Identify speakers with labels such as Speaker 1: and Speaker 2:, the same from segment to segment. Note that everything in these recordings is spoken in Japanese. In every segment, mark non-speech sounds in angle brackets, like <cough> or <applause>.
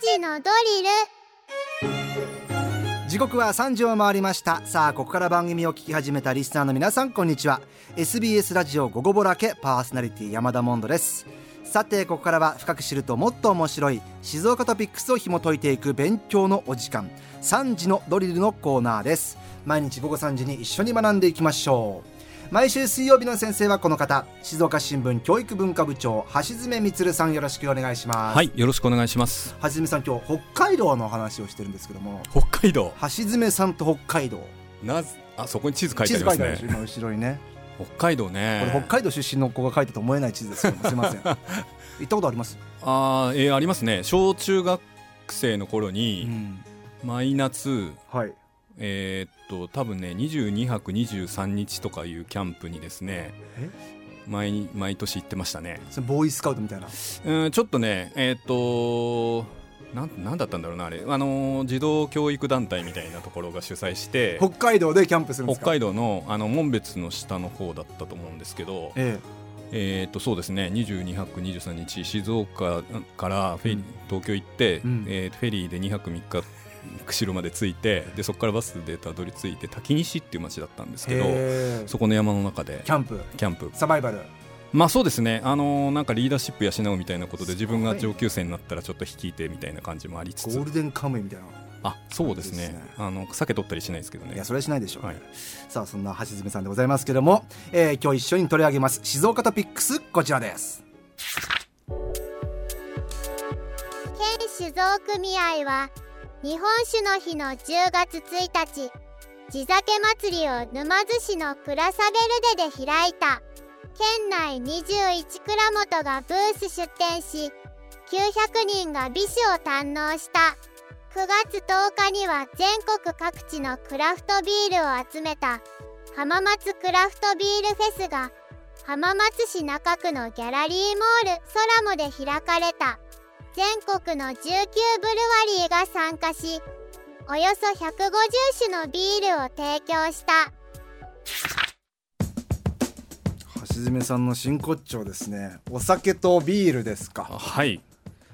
Speaker 1: 時のドリル
Speaker 2: 時刻は3時を回りましたさあここから番組を聞き始めたリスナーの皆さんこんにちは SBS ラジオ「午後ぼらけ」パーソナリティ山田モンドですさてここからは深く知るともっと面白い静岡トピックスを紐解いていく勉強のお時間3時のドリルのコーナーです毎日午後3時に一緒に学んでいきましょう毎週水曜日の先生はこの方静岡新聞教育文化部長橋爪充さんよろしくお願いします
Speaker 3: はい、よろしくお願いします。
Speaker 2: 橋爪さん今日北海道の話をしてるんですけども
Speaker 3: 北海道、
Speaker 2: 橋爪さんと北海道
Speaker 3: なぜ、あ、そこに地図書いて
Speaker 2: 地
Speaker 3: あり
Speaker 2: 図書
Speaker 3: ま
Speaker 2: い
Speaker 3: す
Speaker 2: てあるでしょ
Speaker 3: ね。
Speaker 2: 今後ろにね、
Speaker 3: 北海道
Speaker 2: これ
Speaker 3: ね。
Speaker 2: 北海道出身の子が書いたと思えない地図です
Speaker 3: <laughs>
Speaker 2: けどもすいません行ったことあります、
Speaker 3: あー、えー、ありますね。小中学生の頃
Speaker 2: う
Speaker 3: に、
Speaker 2: ん、
Speaker 3: マイナス、
Speaker 2: はい
Speaker 3: えーっと、多分ね、22泊23日とかいうキャンプにですね
Speaker 2: え。
Speaker 3: 毎毎年行ってましたね。
Speaker 2: そのボーイスカウトみたいな
Speaker 3: うん、ちょっとね、えーっと。なんなんだったんだろうなあれ、あのー児童教育団体みたいなところが主催して
Speaker 2: 北海道でキャンプするんで
Speaker 3: 北
Speaker 2: すか
Speaker 3: 海道のあの門別の下の方だったと思うんですけど、
Speaker 2: え
Speaker 3: えー、とそうですね22泊23日静岡からフェリー、
Speaker 2: うん
Speaker 3: 東京行って、
Speaker 2: うん
Speaker 3: えーフェリーで2泊3日釧路まで着いてでそこからバスでたどり着いて滝西っていう町だったんです
Speaker 2: え
Speaker 3: けど
Speaker 2: へえ
Speaker 3: そこの山の中で
Speaker 2: キャンプ
Speaker 3: キャンプ
Speaker 2: サバイバル
Speaker 3: まあそうですねあのーなんかリーダーシップ養うみたいなことで自分が上級生になったらちょっと率いてみたいな感じもありつ
Speaker 2: ゴ
Speaker 3: つ
Speaker 2: ールデンカムイみたいな、
Speaker 3: あそうですね
Speaker 2: そうですね
Speaker 3: あの酒取ったりしないですけど
Speaker 2: い
Speaker 3: ね
Speaker 2: やそれはしないでしょう、ね
Speaker 3: はい
Speaker 2: さあそんな橋爪さんでございますけども、えー今日一緒に取り上げます静岡トピックスこちらです
Speaker 1: 県酒造組合は日本酒の日の10月1日地酒祭りを沼津市のクラサゲルデで開いた県内21蔵元がブース出店し900人が美酒を堪能した9月10日には全国各地のクラフトビールを集めた浜松クラフトビールフェスが浜松市中区のギャラリーモール空もで開かれた。全国の19ブルワリーが参加しおよそ150種のビールを提供した
Speaker 2: 橋爪さんの真骨頂ですねお酒とビールですか
Speaker 3: あはい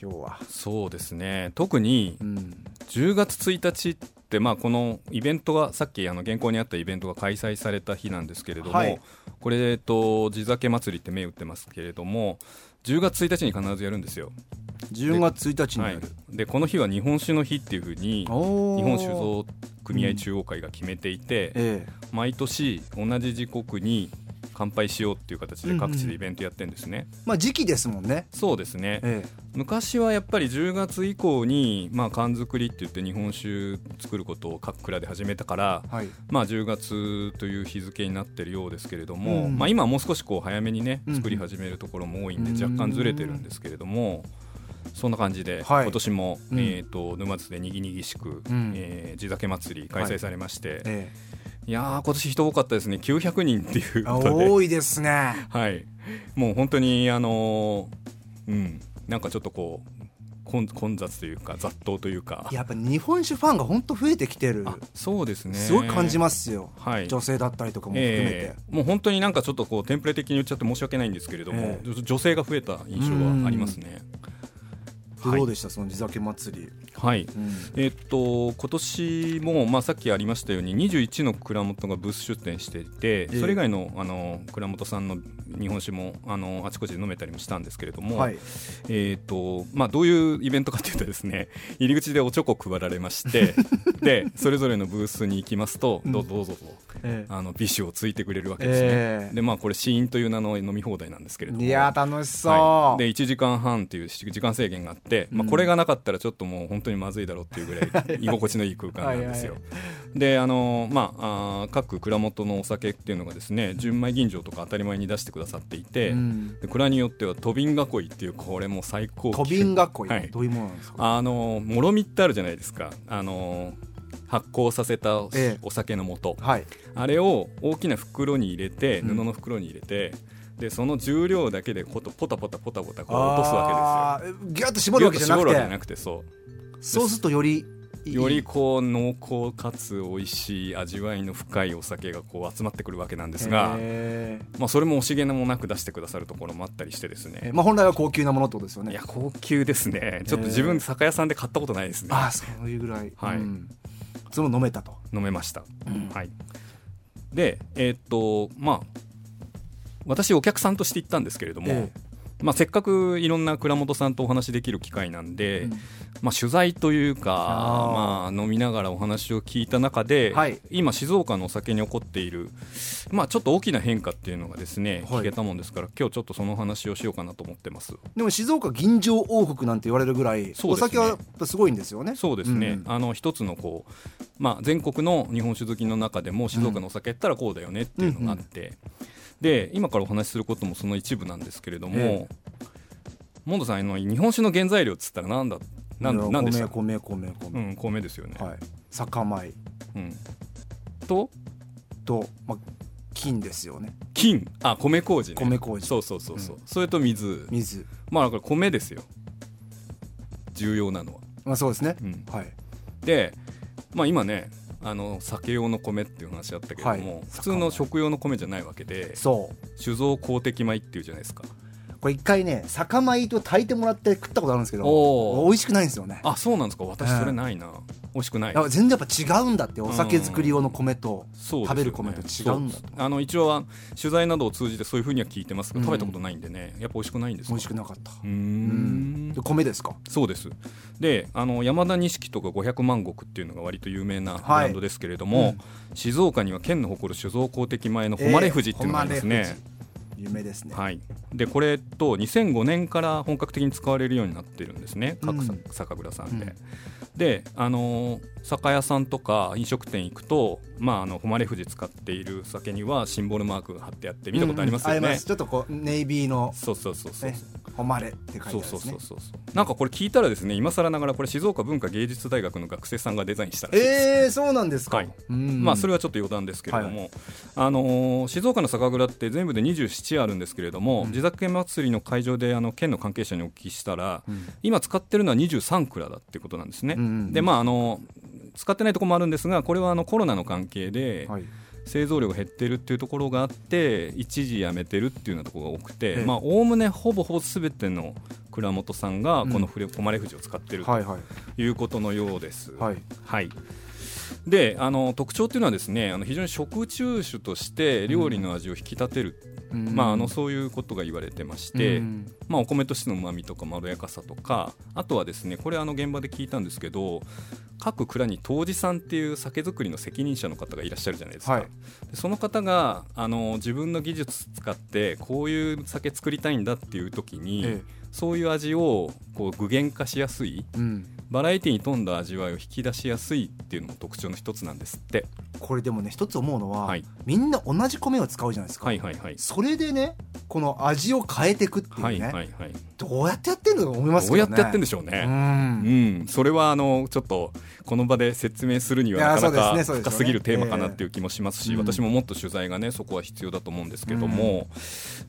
Speaker 2: 今日は
Speaker 3: そうですね特に
Speaker 2: うん
Speaker 3: 10月1日って、まあ、このイベントがさっきあの原稿にあったイベントが開催された日なんですけれども、
Speaker 2: はい
Speaker 3: これ、えっと、地酒祭りって銘打ってますけれども10月1日に必ずやるんですよ。
Speaker 2: 10月1日に
Speaker 3: は
Speaker 2: や
Speaker 3: い
Speaker 2: る、、
Speaker 3: でこの日は日本酒の日っていうふうに
Speaker 2: おー
Speaker 3: 日本酒造組合中央会が決めていて、
Speaker 2: え
Speaker 3: 毎年同じ時刻に乾杯しようっていう形で各地でイベントやってるんですね。
Speaker 2: えまあ時期ですもんね
Speaker 3: そうですね、
Speaker 2: え
Speaker 3: 昔はやっぱり10月以降に、まあ、缶作りって言って日本酒作ることを各蔵で始めたから、
Speaker 2: えはい
Speaker 3: まあ、10月という日付になってるようですけれども、
Speaker 2: うん
Speaker 3: まあ、今はもう少しこう早めにね
Speaker 2: うん
Speaker 3: 作り始めるところも多いん
Speaker 2: う
Speaker 3: で
Speaker 2: ん
Speaker 3: 若干ずれてるんですけれども、そんな感じで、
Speaker 2: はい
Speaker 3: 今年も、
Speaker 2: うん
Speaker 3: えー、と沼津でにぎにぎしく、
Speaker 2: うん
Speaker 3: えー地酒祭り開催されまして、い、
Speaker 2: え
Speaker 3: やー今年人多かったですね900人っていう
Speaker 2: えあ
Speaker 3: ことで、
Speaker 2: 多いですね
Speaker 3: はい、もう本当にあのーうんなんかちょっとこう混混雑というか雑踏というか
Speaker 2: やっぱ日本酒ファンが本当増えてきてる
Speaker 3: あそうですね
Speaker 2: すごい感じますよ、
Speaker 3: はい
Speaker 2: 女性だったりとかも含めて
Speaker 3: え、えもう本当になんかちょっとこうテンプレ的に言っちゃって申し訳ないんですけれども、
Speaker 2: え
Speaker 3: 女性が増えた印象はありますね。はい
Speaker 2: どうでしたその地酒祭り、
Speaker 3: はい
Speaker 2: うん
Speaker 3: えっと今年も、まあ、さっきありましたように21の蔵元がブース出店していて、
Speaker 2: ええ
Speaker 3: それ以外のあの蔵元さんの日本酒もあのあちこちで飲めたりもしたんですけれども、
Speaker 2: はい
Speaker 3: えーとまあ、どういうイベントかというとですね <laughs> 入り口でおちょこ配られまして
Speaker 2: <laughs>
Speaker 3: でそれぞれのブースに行きますと、どうどうぞと
Speaker 2: え
Speaker 3: あの美酒をついてくれるわけですね、
Speaker 2: ええ
Speaker 3: でまあこれ試飲という名の飲み放題なんですけれども
Speaker 2: いやー楽しそう、
Speaker 3: はい、で1時間半という時間制限があって、ま
Speaker 2: う
Speaker 3: あ、
Speaker 2: ん
Speaker 3: これがなかったらちょっともう本当にまずいだろうってい
Speaker 2: <laughs>
Speaker 3: うぐらい居心地のいい空間なんですよ。
Speaker 2: はい
Speaker 3: であのーまああー各蔵元のお酒っていうのがですね純米吟醸とか当たり前に出してくださっていて、
Speaker 2: うん
Speaker 3: で蔵によっては「飛びん囲い」っていうこれもう最高級
Speaker 2: 飛びん囲い、
Speaker 3: はい
Speaker 2: どういうものなんですか
Speaker 3: あのーもろみってあるじゃないですか。あのー発酵させたお
Speaker 2: ええ
Speaker 3: お酒の素、
Speaker 2: はい
Speaker 3: あれを大きな袋に入れて
Speaker 2: う
Speaker 3: 布
Speaker 2: ん
Speaker 3: の袋に入れて、でその重量だけでことポタポタポタポタこう落とすわけです
Speaker 2: けですよ
Speaker 3: よ。
Speaker 2: ギュッと絞るわけじゃなく
Speaker 3: ギュッと絞る
Speaker 2: て
Speaker 3: わけじゃなくてそう
Speaker 2: そうするとよりいい
Speaker 3: よりこう濃厚かつ美味しい味わいの深いお酒がこう集まってくるわけなんですが、
Speaker 2: へー
Speaker 3: まあ、それも惜しげもなく出してくださるところもあったりしてです
Speaker 2: え
Speaker 3: ね
Speaker 2: ーまあ、本来は高級なものってことですよ
Speaker 3: い
Speaker 2: ね
Speaker 3: や高級ですねちょっと自分酒屋さんで買ったことないですね
Speaker 2: ああそういうぐらい、
Speaker 3: はい
Speaker 2: うんその飲めたと
Speaker 3: 飲めました、はいでえーっとまあ私お客さんとして行ったんですけれども、
Speaker 2: え
Speaker 3: まあ、せっかくいろんな倉本さんとお話しできる機会なんで、
Speaker 2: うん
Speaker 3: まあ、取材というか
Speaker 2: あ
Speaker 3: まあ、飲みながらお話を聞いた中で、
Speaker 2: はい
Speaker 3: 今静岡のお酒に起こっている、まあ、ちょっと大きな変化っていうのがですね、
Speaker 2: はい
Speaker 3: 聞けたもんですから今日ちょっとそのお話をしようかなと思ってます。
Speaker 2: でも静岡銀城王国なんて言われるぐらい、
Speaker 3: そう
Speaker 2: お
Speaker 3: ですね
Speaker 2: 酒はやっぱすごいんですよね
Speaker 3: そうですね、
Speaker 2: ん
Speaker 3: あの一つのこう、まあ、全国の日本酒好きの中でも静岡のお酒やったらこうだよねっていうのがあって、で今からお話しすることもその一部なんですけれども、
Speaker 2: え
Speaker 3: モンドさんあの日本酒の原材料っつったらなんだな
Speaker 2: い
Speaker 3: ん
Speaker 2: や
Speaker 3: なんでした
Speaker 2: 米米米
Speaker 3: う
Speaker 2: 米、
Speaker 3: ん、米ですよね、
Speaker 2: はい酒米
Speaker 3: うん、と
Speaker 2: と、まあ、金ですよね
Speaker 3: 金あ米麹、ね、
Speaker 2: 米麹
Speaker 3: そうそうそうそう、それと水
Speaker 2: 水
Speaker 3: まあだから米ですよ重要なのは、
Speaker 2: まあそうですね、
Speaker 3: うん、
Speaker 2: はい
Speaker 3: で、まあ、今ねあの酒用の米っていう話あったけれども、
Speaker 2: はい
Speaker 3: 普通の食用の米じゃないわけで
Speaker 2: そ
Speaker 3: 酒造公的米っていうじゃないですか
Speaker 2: うこれ一回ね酒米と炊いてもらって食ったことあるんですけ
Speaker 3: お
Speaker 2: ど
Speaker 3: ー
Speaker 2: 美味しくないんですよね
Speaker 3: あそうなんですか私それないな、美味しくない
Speaker 2: いや全然やっぱ違うんだってお酒作り用の米と
Speaker 3: そうですよ
Speaker 2: 食べる米と違うんだ
Speaker 3: そ
Speaker 2: と
Speaker 3: あの一応は取材などを通じてそういうふうには聞いてますが
Speaker 2: うん
Speaker 3: 食べたことないんでね、やっぱ美味しくないんですか
Speaker 2: 美味しくなかった
Speaker 3: うー
Speaker 2: うん
Speaker 3: ん
Speaker 2: で米ですか
Speaker 3: そうですであの山田錦とか500万石っていうのが割と有名なブランドですけれども、
Speaker 2: はいうん
Speaker 3: 静岡には県の誇る酒造公的米の誉富士っていうのがあります
Speaker 2: えー
Speaker 3: ね、
Speaker 2: 誉富士有名ですね、
Speaker 3: はい、でこれと2005年から本格的に使われるようになってるんですね各さ、
Speaker 2: うん
Speaker 3: 酒蔵さんで。
Speaker 2: うん
Speaker 3: で、あのー酒屋さんとか飲食店行くと、まあ、あの誉富士使っている酒にはシンボルマークが貼ってあって見たことありますよね。
Speaker 2: うんうんありますちょっとこうネイビーの
Speaker 3: そうそうそうそう
Speaker 2: ね誉れって書いてある
Speaker 3: そ
Speaker 2: ん
Speaker 3: う
Speaker 2: です
Speaker 3: そう
Speaker 2: ね
Speaker 3: そうそうそうなんかこれ聞いたらですね今更ながらこれ静岡文化芸術大学の学生さんがデザインしたらしいです、
Speaker 2: えー、そうなんですか、
Speaker 3: はい
Speaker 2: うん
Speaker 3: まあそれはちょっと余談ですけれども、
Speaker 2: はい
Speaker 3: あのー静岡の酒蔵って全部で27あるんですけれども、地酒祭りの会場であの県の関係者にお聞きしたら、
Speaker 2: うん
Speaker 3: 今使ってるのは23蔵だっていうことなんですね、
Speaker 2: うんうんうん
Speaker 3: でまああの使ってないところもあるんですがこれはあのコロナの関係で
Speaker 2: はい
Speaker 3: 製造量が減ってるっていうところがあって一時やめてるっていうようなところが多くて
Speaker 2: ええ
Speaker 3: まあおおむねほぼほぼ全ての蔵元さんがこのフレ誉れ富士を使ってると
Speaker 2: はいはい
Speaker 3: いうことのようです。
Speaker 2: はい
Speaker 3: はい、であの特徴というのはですねあの非常に食中酒として料理の味を引き立てる、
Speaker 2: うん
Speaker 3: まあ、あのそういうことが言われてまして、
Speaker 2: うん
Speaker 3: まあ、お米としてのうまみとかまろやかさとかあとはですねこれあの現場で聞いたんですけど各蔵に杜氏さんっていう酒造りの責任者の方がいらっしゃるじゃないですか、
Speaker 2: はい
Speaker 3: でその方があの自分の技術使ってこういう酒作りたいんだっていう時に、
Speaker 2: え
Speaker 3: そういう味をこう具現化しやすい
Speaker 2: えうん
Speaker 3: バラエティに富んだ味わいを引き出しやすいっていうのも特徴の一つなんですって
Speaker 2: これでもね一つ思うのは、
Speaker 3: はい
Speaker 2: みんな同じ米を使うじゃないですか、
Speaker 3: はいはいはい
Speaker 2: それでねこの味を変えていくっていうね、
Speaker 3: はいはいはい
Speaker 2: どうやってやってるのか思います
Speaker 3: ど
Speaker 2: けど
Speaker 3: う
Speaker 2: ね
Speaker 3: やってやってん
Speaker 2: で
Speaker 3: でしょうねうんそれはあのちょっとこの場で説明するに
Speaker 2: いや
Speaker 3: はなかな
Speaker 2: そうで
Speaker 3: か
Speaker 2: すねそうですよ
Speaker 3: 深
Speaker 2: ね
Speaker 3: すぎるテーマかなっていう気もしますし
Speaker 2: ええ
Speaker 3: 私ももっと取材がねそこは必要だと思うんですけども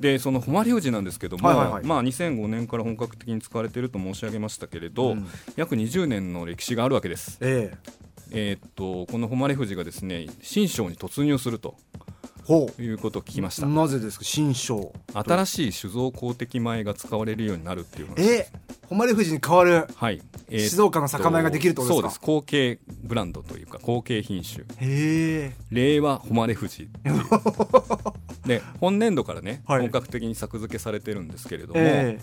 Speaker 3: でその誉富士なんですけども
Speaker 2: はいはいはい
Speaker 3: まあ2005年から本格的に使われてると申し上げましたけれ
Speaker 2: う
Speaker 3: ど
Speaker 2: ん
Speaker 3: 約20年の歴史があるわけです。
Speaker 2: ええ
Speaker 3: えーっとこの誉富士がですね新章に突入すると
Speaker 2: ほう
Speaker 3: いうことを聞きました。
Speaker 2: なぜですか新章
Speaker 3: 新しい酒造公的米が使われるようになるっていうのが
Speaker 2: え誉富士に変わる
Speaker 3: はい、えー
Speaker 2: 静岡の酒米ができるってことですか
Speaker 3: そうです後継ブランドというか後継品種
Speaker 2: へえ
Speaker 3: 令和誉富士っていう
Speaker 2: <laughs>
Speaker 3: で本年度からね、
Speaker 2: はい
Speaker 3: 本格的に作付けされてるんですけれども、
Speaker 2: え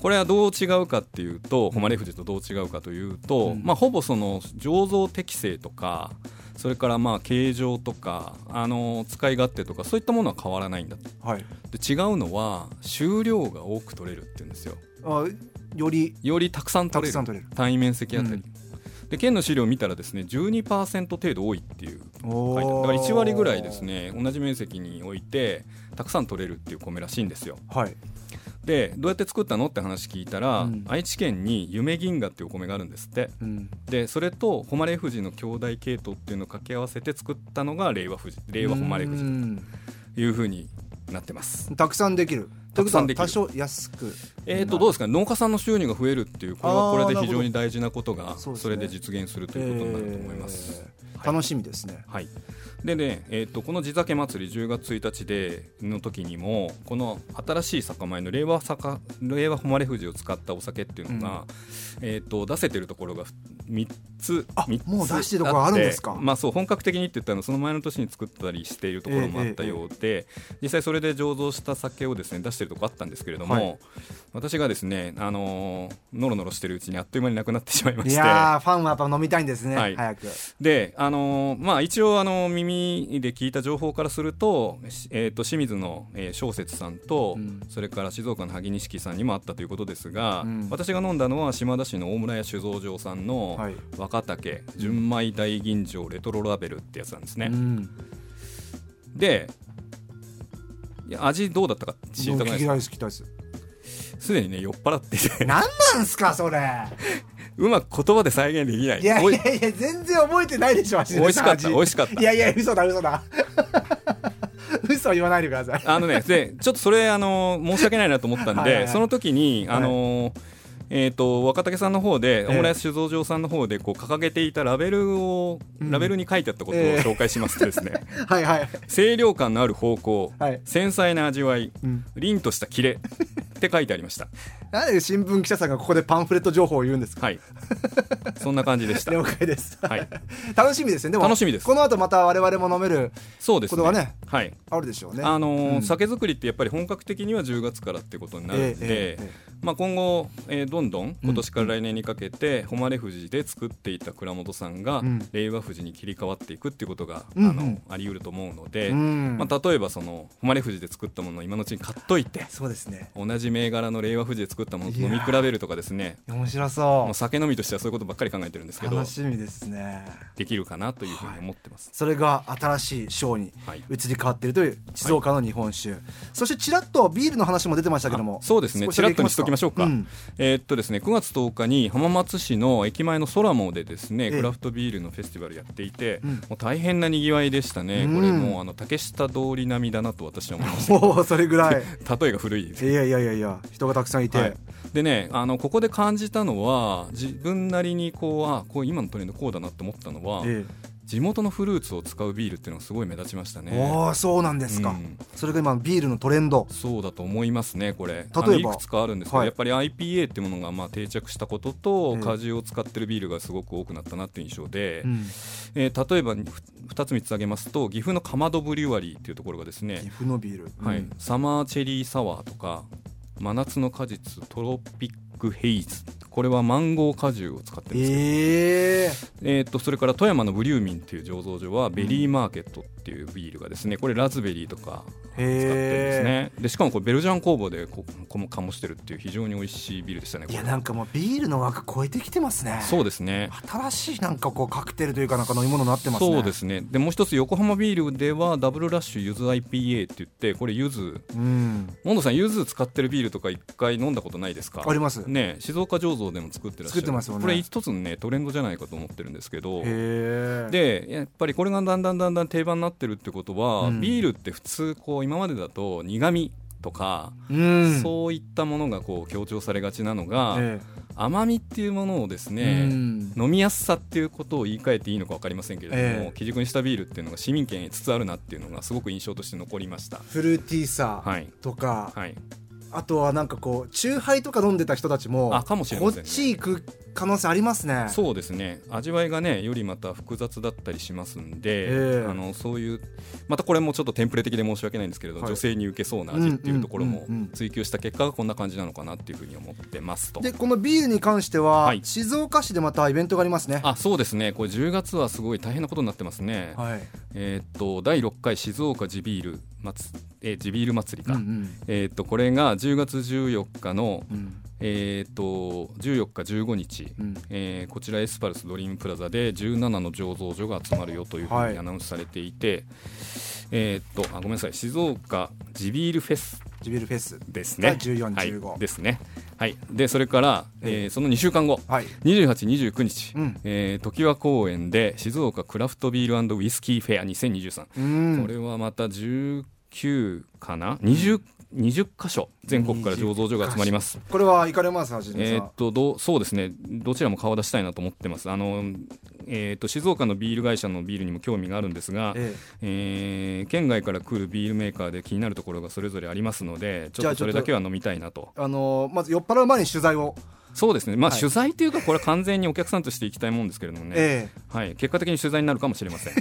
Speaker 3: これはどう違うかっていうと誉富士とどう違うかというと、
Speaker 2: うん
Speaker 3: まあ、ほぼその醸造適性とかそれからまあ形状とかあの使い勝手とかそういったものは変わらないんだと
Speaker 2: えはい
Speaker 3: で違うのは収量が多く取れるっていうんですよ
Speaker 2: あより
Speaker 3: よりたくさん
Speaker 2: たく
Speaker 3: 取れる
Speaker 2: さん取れる
Speaker 3: 単位面積あたり、
Speaker 2: うん
Speaker 3: で県の資料を見たらですね12%程度多いっていう書い
Speaker 2: お
Speaker 3: てあるだから1割ぐらいです
Speaker 2: ね
Speaker 3: ね同じ面積においてたくさん取れるっていう米らしいんですよ
Speaker 2: はい
Speaker 3: でどうやって作ったのって話聞いたら、
Speaker 2: うん
Speaker 3: 愛知県に夢銀河っていうお米があるんですって
Speaker 2: うん
Speaker 3: でそれと誉富士の兄弟系統っていうのを掛け合わせて作ったのが令和富士令和誉富
Speaker 2: う
Speaker 3: 士
Speaker 2: ん
Speaker 3: というふうになってます
Speaker 2: たくさんできるという
Speaker 3: たく
Speaker 2: こと
Speaker 3: さ
Speaker 2: は
Speaker 3: んできる
Speaker 2: 多少安く
Speaker 3: えー、とどうですかね農家さんの収入が増えるっていうこれはこれで非常に大事なこと
Speaker 2: あーなる
Speaker 3: が
Speaker 2: ほどそうですね
Speaker 3: それで実現するということになると思います。
Speaker 2: えー
Speaker 3: はい
Speaker 2: 楽しみですね、
Speaker 3: はいでねえー、とこの地酒祭り10月1日での時にもこの新しい酒米の令和酒令和誉富士を使ったお酒っていうのが、えー、と出せてるところが3つ
Speaker 2: あ
Speaker 3: 三つ
Speaker 2: もう出してるところあるんですか
Speaker 3: ってまあ、そう本格的にって言ったのはその前の年に作ったりしているところもあったようで、実際それで醸造した酒をですね出してるところあったんですけれども、
Speaker 2: はい
Speaker 3: 私がですねあのーのろのろしてるうちにあっという間になくなってしまいま
Speaker 2: い
Speaker 3: して。
Speaker 2: やーファンはやっぱ飲みたいんですね、
Speaker 3: はい
Speaker 2: 早く
Speaker 3: で、あのーまあ、一応、あのー耳で聞いた情報からすると,し、えー、と清水の、えー、小雪さんと、
Speaker 2: うん
Speaker 3: それから静岡の萩錦さんにもあったということですが、
Speaker 2: うん
Speaker 3: 私が飲んだのは島田市の大村屋酒造場さんの
Speaker 2: はい
Speaker 3: 若竹純米大吟醸レトロラベルってやつなんですね。
Speaker 2: うん
Speaker 3: でいや味どうだったか知りたくない
Speaker 2: 聞
Speaker 3: で
Speaker 2: き
Speaker 3: す
Speaker 2: たいです聞きたいです
Speaker 3: すでにね酔っ払ってて <laughs>
Speaker 2: 何なんすかそれ
Speaker 3: うまく言葉で再現できない
Speaker 2: いやい
Speaker 3: お
Speaker 2: やいや全然覚えてないでしょ
Speaker 3: 美味しかった美味
Speaker 2: し
Speaker 3: しかった
Speaker 2: いやいや嘘だ嘘だ <laughs> 嘘言わないでください
Speaker 3: あのね、で、ちょっとそれ、あの、申し訳ないなと思ったんで、
Speaker 2: はいはいはい
Speaker 3: その時に、あのえー、と若竹さんの方で、
Speaker 2: え
Speaker 3: オムライス酒造場さんの方でこう掲げていたラベルを、
Speaker 2: うん
Speaker 3: ラベルに書いてあったことを
Speaker 2: ええ
Speaker 3: 紹介しますとですね、
Speaker 2: はいはい、
Speaker 3: 清涼感のある方向、
Speaker 2: はい
Speaker 3: 繊細な味わい、
Speaker 2: うん、
Speaker 3: 凛としたキレって書いてありました。
Speaker 2: なんで新聞記者さんがここでパンフレット情報を言うんですか
Speaker 3: はい、そんな感じでした。
Speaker 2: 了解です、 <laughs>
Speaker 3: はい、
Speaker 2: 楽しみですねでも
Speaker 3: 楽しみです
Speaker 2: この後また我々も飲める
Speaker 3: そうです
Speaker 2: ことがね
Speaker 3: はい
Speaker 2: あるでしょうね
Speaker 3: あのー
Speaker 2: うん
Speaker 3: 酒造りってやっぱり本格的には10月からってことになるんで、
Speaker 2: えええええ
Speaker 3: まあ、今後、えーどんどん今年から来年にかけて誉富士で作っていた倉本さんが、
Speaker 2: うん
Speaker 3: 令和富士に切り替わっていくっていうことが、
Speaker 2: うんうん
Speaker 3: あのあり得ると思うので、
Speaker 2: うん
Speaker 3: まあ、例えばその誉富士で作ったものを今のうちに買っといて
Speaker 2: そうですね
Speaker 3: 同じ銘柄の令和富士で作ったものと飲み比べるとかですね
Speaker 2: 面白そ
Speaker 3: もう酒飲みとしてはそういうことばっかり考えてるんですけ
Speaker 2: う
Speaker 3: ど
Speaker 2: 楽しみですね
Speaker 3: できるかなというふうに思ってます。
Speaker 2: それが新しい賞に
Speaker 3: はい
Speaker 2: 移り変わっているという静岡の日本酒、そしてちらっとビールの話も出てましたけども
Speaker 3: あそうですね
Speaker 2: 少
Speaker 3: ち
Speaker 2: だ
Speaker 3: ら
Speaker 2: け
Speaker 3: っとにしときましょうか、
Speaker 2: ん
Speaker 3: えーっとですね9月10日に浜松市の駅前のソラモでですね、
Speaker 2: ええ
Speaker 3: クラフトビールのフェスティバルやっていて、
Speaker 2: うん
Speaker 3: もう大変な賑わいでしたね、
Speaker 2: うん
Speaker 3: これもうあの竹下通り並みだなと私は思
Speaker 2: <laughs>
Speaker 3: いまし
Speaker 2: もうそれぐらい
Speaker 3: た例えが古いです
Speaker 2: いやいやいやいや人がたくさんいて、
Speaker 3: はいでねあのここで感じたのは自分なりにこうあこう今のトレンドこうだなって思ったのは、
Speaker 2: え
Speaker 3: 地元のフルーツを使うビールっていうのがすごい目立ちました
Speaker 2: え
Speaker 3: ね
Speaker 2: おーそうなんですか、
Speaker 3: うん
Speaker 2: それが今のビールのトレンド
Speaker 3: そうだと思いますねこれ
Speaker 2: ば
Speaker 3: あのいくつかあるんですけど、
Speaker 2: はい
Speaker 3: やっぱり IPA っていうものがまあ定着したことと、
Speaker 2: ええ
Speaker 3: 果汁を使ってるビールがすごく多くなったなっていう印象で、
Speaker 2: うん
Speaker 3: えー例えば2つ3つ挙げますと岐阜のかまどブリュワリーっていうところがです
Speaker 2: 岐
Speaker 3: ね、
Speaker 2: 阜のビール、
Speaker 3: は
Speaker 2: う
Speaker 3: い
Speaker 2: ん、
Speaker 3: サマーチェリーサワーとか真夏の果実トロピックヘイズこれはマンゴー果汁を使ってるんですけど、
Speaker 2: ええ
Speaker 3: えー、とそれから富山のブリューミンっていう醸造所はベリーマーケットっていうビールがですねこれラズベリーとか使ってるんですねでしかもこれベルジャン工房でここも醸してるっていう非常に美味しいビールでしたね
Speaker 2: い
Speaker 3: これ
Speaker 2: やなんかもうビールの枠超えてきてますね
Speaker 3: そうですね
Speaker 2: 新しいなんかこうカクテルというかなんか飲み物になってますね
Speaker 3: そうですねでもう一つ横浜ビールではダブルラッシュゆず IPA って言ってこれゆず
Speaker 2: うん
Speaker 3: モンドさんゆず使ってるビールとか一回飲んだことないですか
Speaker 2: ありますへ
Speaker 3: ね静岡醸造でも作ってらっしゃ
Speaker 2: 作
Speaker 3: る
Speaker 2: ってますよね
Speaker 3: これ一つのねトレンドじゃないかと思ってるんですけど
Speaker 2: え
Speaker 3: でやっぱりこれがだんだんだんだん定番になってるってことは、
Speaker 2: うん
Speaker 3: ビールって普通こう今までだと苦味とか、
Speaker 2: うん
Speaker 3: そういったものがこう強調されがちなのが、
Speaker 2: え
Speaker 3: 甘みっていうものをです
Speaker 2: え
Speaker 3: ね、
Speaker 2: うん
Speaker 3: 飲みやすさっていうことを言い換えていいのか分かりませんけれども、
Speaker 2: ええ
Speaker 3: 基軸にしたビールっていうのが市民権へつつあるなっていうのがすごく印象として残りました。
Speaker 2: フルーティーさ
Speaker 3: はい
Speaker 2: とか、
Speaker 3: はい、
Speaker 2: あとはなんかこうチューハイとか飲んでた人たちも
Speaker 3: あかもしれ
Speaker 2: こ
Speaker 3: ま
Speaker 2: っ
Speaker 3: せんね
Speaker 2: ち行く可能性ありますね
Speaker 3: そうですね味わいがねよりまた複雑だったりしますんで、
Speaker 2: ええ
Speaker 3: あのそういうまたこれもちょっとテンプレ的で申し訳ないんですけれど、
Speaker 2: はい
Speaker 3: 女性に受けそうな味っていうところ
Speaker 2: うん
Speaker 3: も
Speaker 2: うんうんうん
Speaker 3: 追求した結果がこんな感じなのかなっていうふうに思ってますと。
Speaker 2: でこのビールに関しては、
Speaker 3: はい
Speaker 2: 静岡市でまたイベントがありますね
Speaker 3: あそうですねこれ10月はすごい大変なことになってますね、
Speaker 2: はい、
Speaker 3: えーっと第6回静岡地ビール祭えー地ビール祭り
Speaker 2: うん
Speaker 3: か、
Speaker 2: うん
Speaker 3: えーっとこれが10月14日の、
Speaker 2: うん
Speaker 3: えーっと14日15日、
Speaker 2: うん
Speaker 3: えーこちらエスパルスドリームプラザで17の醸造所が集まるよというふ
Speaker 2: は
Speaker 3: う
Speaker 2: い
Speaker 3: にアナウンスされていて、えーっとあごめんなさい静岡地ビールフェス
Speaker 2: ジビールフェス
Speaker 3: ですね
Speaker 2: が14
Speaker 3: はい
Speaker 2: 15
Speaker 3: ですねはいでそれから、えーその2週間後
Speaker 2: はい
Speaker 3: 2829日、
Speaker 2: うん
Speaker 3: えー、常盤公園で静岡クラフトビールウイスキーフェア2023、
Speaker 2: うん
Speaker 3: これはまた19かな20 20箇所全国から醸造所が集まります。
Speaker 2: これは行かれますはじめさん、
Speaker 3: えーっとどうそうですねどちらも顔出したいなと思ってますあの、えーっと静岡のビール会社のビールにも興味があるんですが、
Speaker 2: ええ
Speaker 3: えー県外から来るビールメーカーで気になるところがそれぞれありますのでち
Speaker 2: じ
Speaker 3: ょ
Speaker 2: ゃ
Speaker 3: っ
Speaker 2: あちょっ
Speaker 3: とそ
Speaker 2: と
Speaker 3: れだけは飲みたいなと
Speaker 2: あのーまず酔っ払う前に取材を、
Speaker 3: そうですねまあ、
Speaker 2: はい
Speaker 3: 取材というかこれは完全にお客さんとして行きたいもんですけれどもね、
Speaker 2: え
Speaker 3: はい、結果的に取材になるかもしれま
Speaker 2: <laughs>
Speaker 3: せん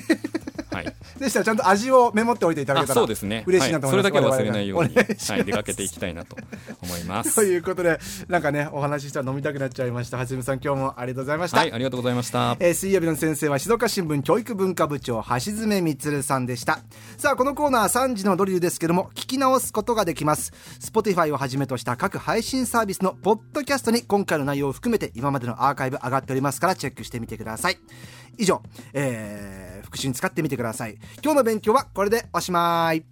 Speaker 3: はい
Speaker 2: えでしたらちゃんと味をメモっておいていただ
Speaker 3: あ
Speaker 2: けた
Speaker 3: そう
Speaker 2: ら
Speaker 3: ですね
Speaker 2: 嬉しいなと思います、
Speaker 3: はそれだけは忘れないよう
Speaker 2: 我々
Speaker 3: に、
Speaker 2: がお願いします
Speaker 3: はい、出かけていきたいなと思
Speaker 2: <laughs>
Speaker 3: います
Speaker 2: ということでなんかねお話ししたら飲みたくなっちゃいましたはじめさん今日もありがとうございました、
Speaker 3: はいありがとうございました
Speaker 2: えー水曜日の先生は静岡新聞教育文化部長橋爪充さんでしたさあこのコーナー3時のドリルですけども聞き直すことができます Spotify をはじめとした各配信サービスのポッドキャストに今回の内容を含めて今までのアーカイブ上がっておりますからチェックしてみてください以上、えー復習に使ってみてください今日の勉強はこれでおしまい